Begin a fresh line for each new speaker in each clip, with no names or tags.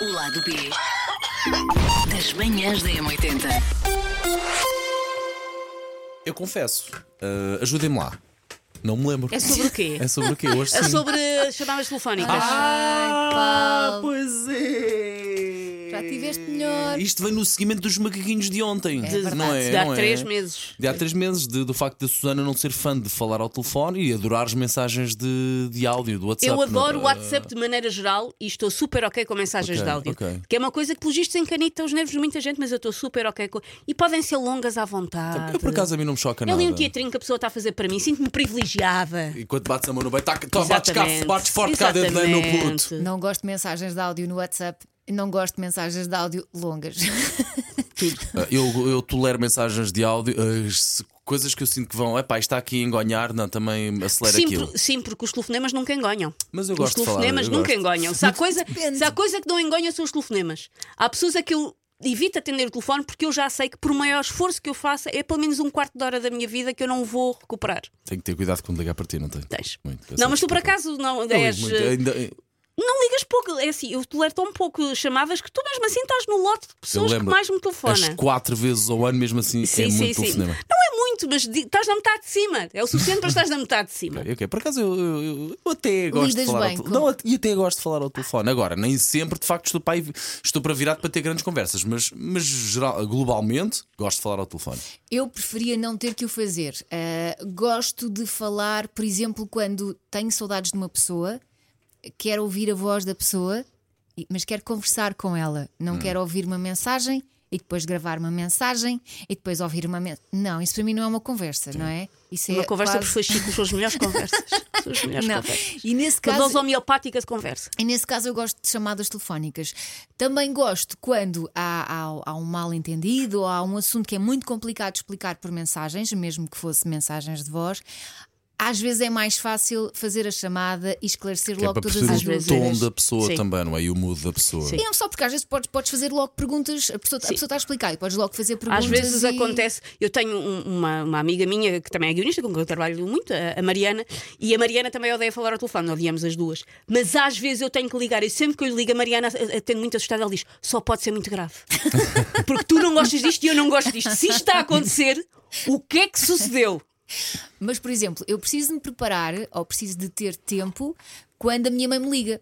O lado B das manhãs da M80.
Eu confesso, ah, ajudem-me lá. Não me lembro.
É sobre o quê?
É sobre o quê? Hoje
É
sim.
sobre chamadas telefónicas.
Ah,
Paulo.
pois é!
Já tiveste melhor.
Isto vem no seguimento dos macaquinhos de ontem. não é?
de há
não é?
três meses.
De há três meses, de- do facto da Susana não ser fã de falar ao telefone e adorar as mensagens de, de áudio do WhatsApp.
Eu adoro o
não- é?
WhatsApp de maneira geral e estou super ok com mensagens
Ok,
de áudio.
ok.
Que é uma coisa que, pelos vistos, encanita os nervos de muita gente, mas eu estou super ok com. E podem ser longas à vontade.
Eu por acaso a mim não me choca
É ali um
nada.
teatrinho que a pessoa está a fazer para mim, sinto-me privilegiada.
Enquanto bates a mão no bem, tá, tá, bates, cá,
Exatamente.
bates forte cá dentro, né, meu puto.
Exatamente.
Não gosto de mensagens de áudio no WhatsApp. Não gosto de mensagens de áudio longas.
Ah, Eu, eu tolero mensagens de áudio, as se- coisas que eu sinto que vão, epá, isto está aqui a engonhar, não, também acelera
Sim,
aquilo.
por- sim, porque os telefonemas nunca engonham.
Mas eu
os
gosto de falar,
telefonemas
eu
nunca
gosto.
engonham. Se há, coisa,
depende.
se há coisa que não engonha são os telefonemas. Há pessoas a que eu evito atender o telefone porque eu já sei que, por maior esforço que eu faça, é pelo menos um quarto de hora da minha vida que eu não vou recuperar.
Tenho que ter cuidado quando ligar para ti, não tem?
Tens.
Muito, eu sei
Tá. Não, mas tu por acaso não
Eu ligo
és,
muito,
eh,
ainda- é,
Não ligas pouco. É assim, eu tolero tão pouco chamadas que tu mesmo assim estás no lote de
eu
pessoas que
lembro
mais me
As
telefonam.
quatro vezes ao ano, mesmo assim, é muito telefonema.
Não é muito, mas di- estás na metade de cima. É o suficiente para estás na metade de cima.
Ok, ok. Por acaso eu, eu- eu até gosto de
Lidas
falar
bem
ao
com-
telefone. Não, e até gosto de falar ao telefone. Agora, nem sempre, de facto, estou para, aí- estou para virado para ter grandes conversas, mas, mas geral- globalmente gosto de falar ao telefone.
Eu preferia não ter que o fazer. Ah, gosto de falar, por exemplo, quando tenho saudades de uma pessoa, quero ouvir a voz da pessoa, e- mas quero conversar com ela.
Hum.
Não quero ouvir uma mensagem e depois gravar uma mensagem e depois ouvir uma mensagem. Não, isso para mim não é uma conversa, não é? Isso é
Uma conversa
quase-
por fascículos são as melhores conversas. São as melhores
Não.
conversas.
E nesse
Uma dose
caso,
homeopática de conversa.
E nesse caso eu gosto de chamadas telefónicas. Também gosto quando há, há- há um mal entendido ou há um assunto que é muito complicado de explicar por mensagens, mesmo que fosse mensagens de voz. Às vezes é mais fácil fazer a chamada e esclarecer
Que é
logo
para
todas
perceber
as
Às
o
vezes.
tom
Sim.
da pessoa
Sim.
também, não é? E o mood da pessoa.
Sim.
E não só porque às vezes podes, podes fazer logo perguntas, a pessoa, a pessoa está a explicar e podes logo fazer perguntas.
Às vezes
e-
acontece. Eu tenho um- uma, uma amiga minha que também é guionista, com quem eu trabalho muito, a, a Mariana, e a Mariana também odeia falar ao telefone, odiamos as duas. Mas às vezes eu tenho que ligar, e sempre que eu lhe ligo, a Mariana, a- a- tendo muito assustada, ela diz: só pode ser muito grave. Porque tu não gostas disto e eu não gosto disto. Se isto está a acontecer, o que é que sucedeu?
Mas, por exemplo, eu preciso de me preparar ou preciso de ter tempo quando a minha mãe me liga.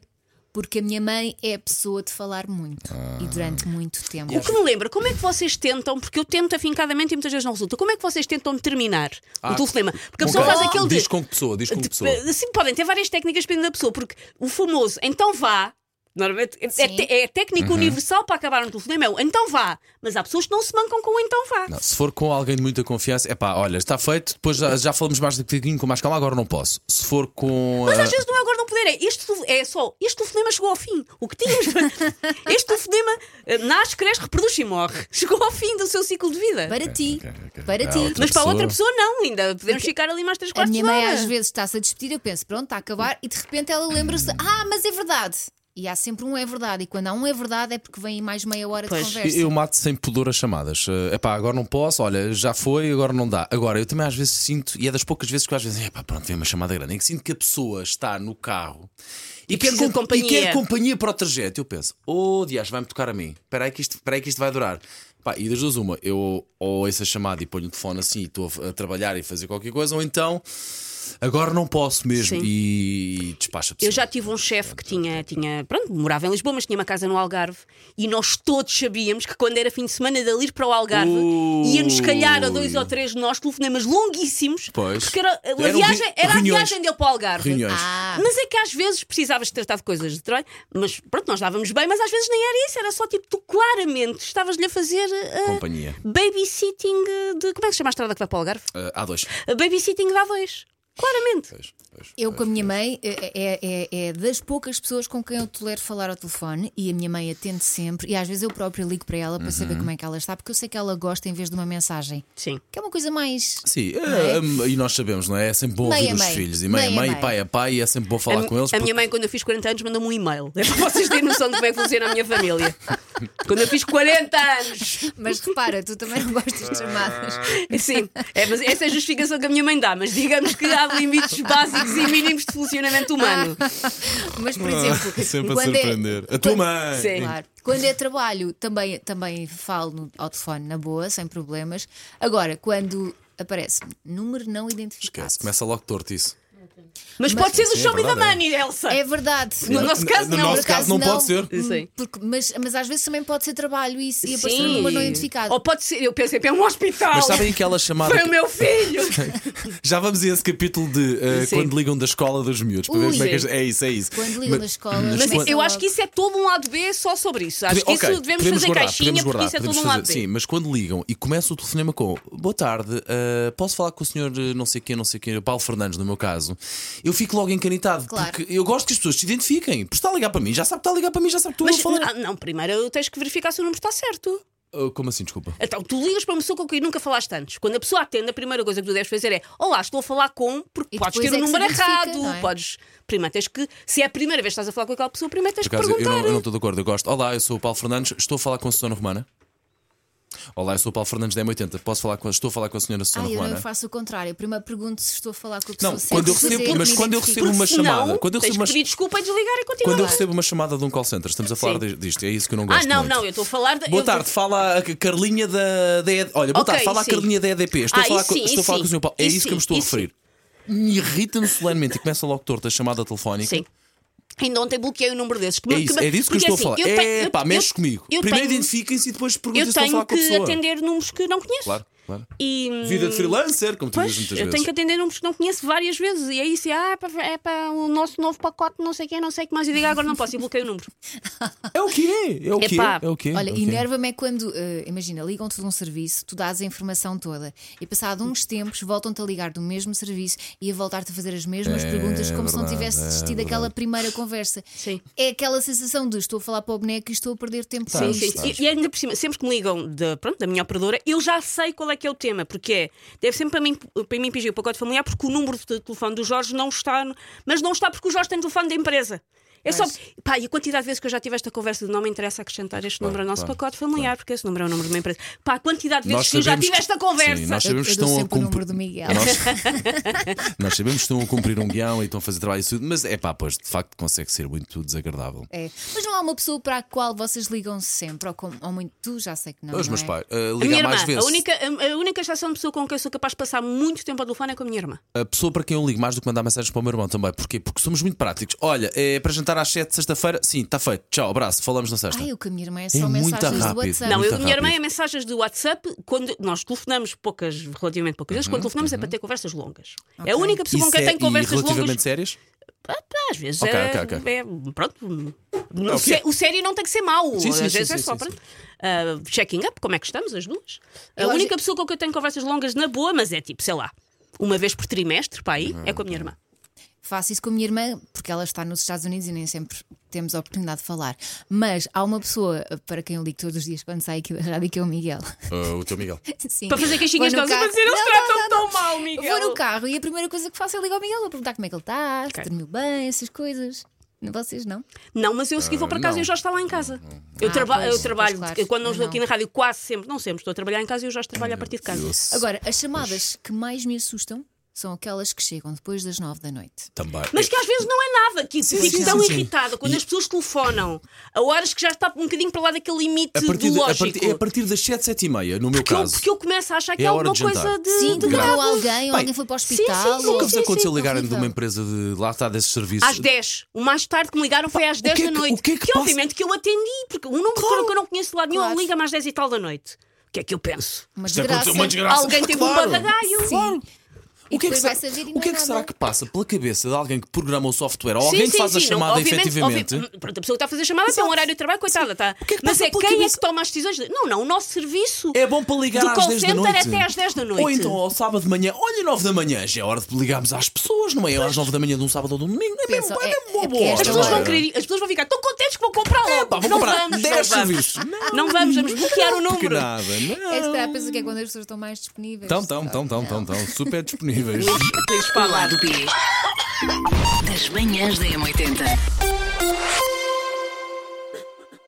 Porque a minha mãe é a pessoa de falar muito
Ah.
e durante muito tempo.
O que me lembra, como é que vocês tentam, porque eu tento afincadamente e muitas vezes não resulta, como é que vocês tentam terminar
Ah,
o telefonema? Porque
Ok.
a pessoa faz aquele
Diz
de-
com que pessoa, diz com que pessoa.
Dep- Tipo, Sim, podem ter várias técnicas dependendo da pessoa, porque o famoso então vá. Normalmente é,
Sim.
te- é técnica universal para acabar um telefonema, é o então vá. Mas há pessoas que não se mancam com o então vá.
Não, se for com alguém de muita confiança, é pá, olha, está feito, depois já, já falamos mais um bocadinho com mais calma, agora não posso. Se for com.
Mas
ah,
às vezes não é agora não poder, é, este, tele- é só este telefonema chegou ao fim. O que tínhamos. este telefonema eh, nasce, cresce, reproduz e morre. Chegou ao fim do seu ciclo de vida.
Para ti.
ok, ok.
Para
Ah,
ti.
outra
Mas para outra
pessoa.
pessoa, não, ainda podemos ficar ali mais 3
A
quartos
minha
de
mãe
hora.
às vezes está-se a despedir, eu penso, pronto, está a acabar, e de repente ela lembra-se,
Hum.
ah, mas é verdade. E há sempre um é verdade, e quando há um é verdade é porque vem mais meia hora
Pois.
de conversa.
Eu mato sem pudor as chamadas. É pá, agora não posso, olha, já foi, agora não dá. Agora, eu também às vezes sinto, e é das poucas vezes que eu às vezes, é pá, pronto, vem uma chamada grande, é que sinto que a pessoa está no carro e, quer,
precisa de
com- e
companhia.
quer companhia para o trajeto. Eu penso, oh, dias, vai-me tocar a mim, espera aí que isto, espera aí que isto vai durar. Pá, e das duas, uma, eu ou ouço a chamada e ponho o telefone assim e estou a, a trabalhar e fazer qualquer coisa, ou então agora não posso mesmo
Sim.
e despacha a pessoa.
Eu já tive um chefe que tinha, tinha, pronto, morava em Lisboa, mas tinha uma casa no Algarve e nós todos sabíamos que quando era fim de semana de ali ir para o Algarve
Ui.
ia-nos calhar a dois ou três de nós telefonemas longuíssimos
Pois.
porque era, um a,
Eram
viagem,
ri-
era a
reuniões.
viagem dele para o Algarve.
Reuniões.
Ah,
Mas é que às vezes precisavas de tratar de coisas de trabalho, mas pronto, nós dávamos bem, mas às vezes nem era isso, era só tipo, tu claramente estavas-lhe a fazer ah,
Companhia.
babysitting ah, de. Como é que se chama a estrada que vai para o Algarve?
Ah, há dois.
A babysitting de A2. Claramente.
Pois, pois.
eu com a minha mãe é, é- é- é das poucas pessoas com quem eu tolero falar ao telefone e a minha mãe atende sempre e às vezes eu própria ligo para ela para
Uhum.
saber como é que ela está, porque eu sei que ela gosta em vez de uma mensagem,
Sim.
que é uma coisa mais
Sim,
é?
eh, hum, e nós sabemos, não é? É sempre bom
Meia
ouvir os
meia.
filhos. E mãe é
Meia
mãe, e
meia.
pai é pai, e é sempre bom
A
falar
mi-
com eles.
A minha mãe, quando eu fiz 40 anos, mandou-me um e-mail. É para vocês terem noção de como é que funciona a minha família. Quando eu fiz 40 anos.
Mas repara, tu também não gostas de chamadas.
Sim, é, mas essa é a justificação que a minha mãe dá, mas digamos que há limites básicos e mínimos de funcionamento humano.
Mas, por exemplo,
Sempre a
quando é-
surpreender. A tua mãe!
Sim.
Claro. Quando é trabalho, também, também falo no, ao telefone na boa, sem problemas. Agora, quando aparece número não identificado.
Esquece, começa logo torto isso.
Mas, pode ser do
Sim, é
show me da
verdade, é.
money, Elsa.
É verdade.
No nosso caso,
no
não.
nosso
Por
caso, não,
acaso,
pode ser.
Eu sei.
Hum, Porque- mas, mas às vezes também pode ser trabalho isso e aparecer um
Sim.
número não identificado.
Ou pode ser, eu pensei, é um hospital.
Mas sabem aquela chamada.
Foi um- o meu filho.
Já vamos a esse capítulo de eh,
Sim.
quando ligam da escola dos miúdos. Para ver
Ui.
como é, que
Sim.
é isso, é isso.
Quando ligam da escola.
Mas
Mas
eu acho que isso é todo um lado B só sobre isso. Acho que
Ok,
isso devemos
podemos
fazer
guardar,
caixinha
podemos
porque
guardar,
isso é todo
podemos
um
fazer-
lado B.
Sim, mas quando ligam e começa o telefonema com Boa tarde, eh, posso falar com o senhor eh, não sei quem, não sei quem, Paulo Fernandes, no meu caso, eu fico logo encanitado
Claro.
porque eu gosto que as pessoas se identifiquem. Porque está a ligar para mim, já sabe que está a ligar para mim, já sabe que
Mas
estou a falar.
ah, não, primeiro tens que verificar se o número está certo.
Ah, como assim, desculpa?
Então, tu ligas para uma pessoa com quem nunca falaste antes. Quando a pessoa atende, a primeira coisa que tu deves fazer é: Olá, estou a falar com, porque
E
podes
depois
ter o
é que se
número
identifica,
errado.
não é?
Podes. Primeiro tens que. Se é a primeira vez que estás a falar com aquela pessoa, primeiro tens
Por
que
acaso, eu
perguntar.
não, eu não estou de acordo. Eu gosto. Olá, eu sou o Paulo Fernandes, estou a falar com a Susana Romana. Olá, eu sou o Paulo Fernandes da M80. Posso falar com a, estou a falar com a senhora
Ah,
Susana
eu
Romana?
não faço o contrário. Primeiro pergunto se estou a falar com a pessoa
Não,
certa,
quando eu
se
recebo-
é que
mas
me
quando eu
identifico.
recebo uma
Senão,
chamada, quando eu
tens
recebo uma
que pedir desculpa e desligar e continuar.
Quando eu recebo uma chamada de um call center, estamos a falar
Sim.
disto, é isso que eu não gosto.
ah, não,
muito.
não, eu estou a falar. De,
Boa
eu-
tarde, fala a Carlinha da, da ED... Olha, boa
Ok,
tarde, fala
sim.
a Carlinha da EDP. Estou
Ah,
a falar,
isso
com,
sim,
estou a
isso
falar com o
sim.
senhor Paulo. É
Isso
isso, que eu me
sim,
estou a
isso
referir. Me irrita-me solenemente e começa logo torta a chamada telefónica.
Sim. Ainda ontem bloqueei o número desses. Que-
É, isso,
que-
é disso que eu
porque
estou
assim,
a falar.
eu tenho-
é, pá,
eu-
mexe
eu-
comiquem comigo.
eu
Primeiro
tenho-
identifiquem-se e depois perguntem se
Eu
estão a falar
tenho
com a
que
pessoa.
atender números que não conheço.
Claro, claro.
E, hum,
Vida de freelancer, como tu
Pois,
dizes muitas
eu
vezes.
tenho que atender números que não conheço várias vezes e é isso, e, ah, é para, é para o nosso novo pacote, não sei quem, não sei o que mais. E digo, ah, agora não posso, e bloqueio o número.
É o quê? É o quê?
Epá.
É o quê?
Olha,
É o quê?
enerva-me é quando, eh, imagina, ligam-te de um serviço, tu dás a informação toda e, passado uns tempos, voltam-te a ligar do mesmo serviço e a voltar-te a fazer as mesmas
É
perguntas, como se não
verdade,
tivesse
é
assistido aquela primeira conversa.
Sim.
É aquela sensação de estou a falar para o boneco e estou a perder tempo com
Sim,
isto.
sim, sim. E, e ainda por cima, sempre que me ligam da, pronto, da minha operadora, eu já sei qual é que é o tema, porque é, deve sempre para mim, para mim pedir o pacote familiar, porque o número de telefone do Jorge não está, no- mas não está porque o Jorge tem telefone da empresa. É só.
Pois.
Pá, e a quantidade de vezes que eu já tive esta conversa de não me interessa acrescentar este número ao nosso
claro,
pacote familiar, porque esse número é o número de uma empresa. Pá, a quantidade de vezes
Nós
que eu já
sabemos
tive
que-
esta conversa.
Sim, nós
Eu, eu
sabemos que
dou
estão a
sempre o
cumprir.
número do Miguel.
Nós, nós sabemos que estão a cumprir um guião e estão a fazer trabalho e tudo, mas é pá, pois de facto consegue ser muito desagradável.
É. Mas não há uma pessoa para a qual vocês ligam sempre, ou, com- ou muito. Tu já sei que não.
Os
não
meus
é?
pais, eh,
A minha
ligar
irmã,
mais vezes.
a única, a, a única exceção de pessoa com quem eu sou capaz de passar muito tempo ao telefone é com a minha irmã.
A pessoa para quem eu ligo mais do que mandar mensagens para o meu irmão também. Porquê? Porque somos muito práticos. Olha, é para jantar às 7 sexta-feira, sim, está feito. Tchau, abraço, falamos na sexta.
Ai, eu com a minha irmã é só
É muito
mensagens do
rápido.
WhatsApp.
Não,
Não, eu,
Muito
a minha irmã
rápido.
é mensagens do WhatsApp, quando nós telefonamos poucas, relativamente poucas vezes, quando telefonamos é para ter conversas longas. É a única pessoa com
Uhum, Isso
quem
é-
tem
e
conversas
relativamente
longas.
sérias?
Às vezes
Ok,
é,
ok, ok.
é- Pronto.
ok.
O, sé- o sério não tem que ser mau.
Sim, sim,
às
sim,
vezes é
sim,
só.
sim,
pronto. Ah, checking up, como é que estamos, as duas.
Eu
a
às
única pessoa com quem eu tenho conversas longas na boa, mas é tipo, sei lá, uma vez por trimestre, para aí,
Uhum.
é com a minha irmã.
Uhum. Faço isso com a minha irmã, porque ela está nos Estados Unidos e nem sempre temos a oportunidade de falar. Mas há uma pessoa para quem eu ligo todos os dias quando saio aqui da rádio, que é o Miguel.
Ah, o teu Miguel.
Sim.
Para fazer caixinhas de coisas,
Vou no
para
carro-
dizer, eles
Não,
tratam
não,
tão mal,
não.
Miguel.
Vou no carro e a primeira coisa que faço é ligar ao Miguel, a perguntar como é que ele está, se dormiu bem, essas coisas. Vocês não?
Não, mas eu a seguir vou para casa
Ah, não.
e o Jorge está lá em casa. Eu, traba-
Ah, pois,
eu trabalho,
pois, claro. Uhum.
quando não estou
Não.
aqui na rádio, quase sempre, não sempre, estou a trabalhar em casa e o Jorge trabalha a partir de casa.
Deus.
Agora, as chamadas que mais me assustam são aquelas que chegam depois das nove da noite.
Também.
Mas que às vezes não é nada, que fico
sim,
tão
sim.
irritada quando
E-
as pessoas telefonam a horas que já está um bocadinho para lá daquele limite
a partir
do
de- a
lógico.
partir, é a partir das 7, 7 e meia, no meu
Que eu-
caso.
porque eu começo a achar que
É
é
a hora
alguma
de jantar.
coisa de,
Sim,
de
dormiu
grave.
alguém, ou
Bem,
alguém foi para o
sim, sim,
hospital.
sim,
ou-
Nunca vos aconteceu
sim,
ligarem de uma
horrível.
empresa de lá está desses serviços?
Às 10. O mais tarde que me ligaram foi às
o
10
que é
da
que-
noite.
o que é que passa?
obviamente que eu atendi, porque um número que eu não conheço de lado nenhum
Claro.
liga-me às 10 e tal da noite. O que é que eu penso?
Uma
Isto aconteceu,
desgraça.
uma desgraça.
Alguém teve
Claro.
um badagaio.
Sim.
O que, é que,
depois
será,
vai saber e
o
não
que é
é
que
nada.
será que passa pela cabeça de alguém que programa o software ou
Sim,
alguém que
sim,
faz a
sim, não,
chamada
obviamente,
efetivamente?
obvi- Pronto, a pessoa que está a fazer a chamada tem um
Exato.
horário de trabalho, coitada. Tá.
O que é que
Mas
passa
é
pela
quem é
cabeça?
que toma as decisões? de- Não, não, o nosso serviço.
É bom para ligar
Do
às
call
10 da
center
noite.
até às 10 da noite.
Ou então ao sábado de manhã, olha 9 da manhã, já é hora de ligarmos às pessoas, não é? Às 9 da manhã de um sábado ou de um domingo, não é
Pensa,
mesmo?
é-
É, uma
é porque
boa.
esta
As pessoas,
hora-
vão querer, ir- as pessoas vão ficar tão contentes que vão comprar logo.
É, pá, vou
não
comprar
vamos,
10
não vamos.
serviços.
Não vamos, vamos bloquear o
Que
número.
nada, não.
É se calhar penso que é quando as pessoas estão mais disponíveis.
Tão, tão, tão, tão, tão, tão, super disponíveis.
Deixa para
O
lá.
lado B das manhãs da M80.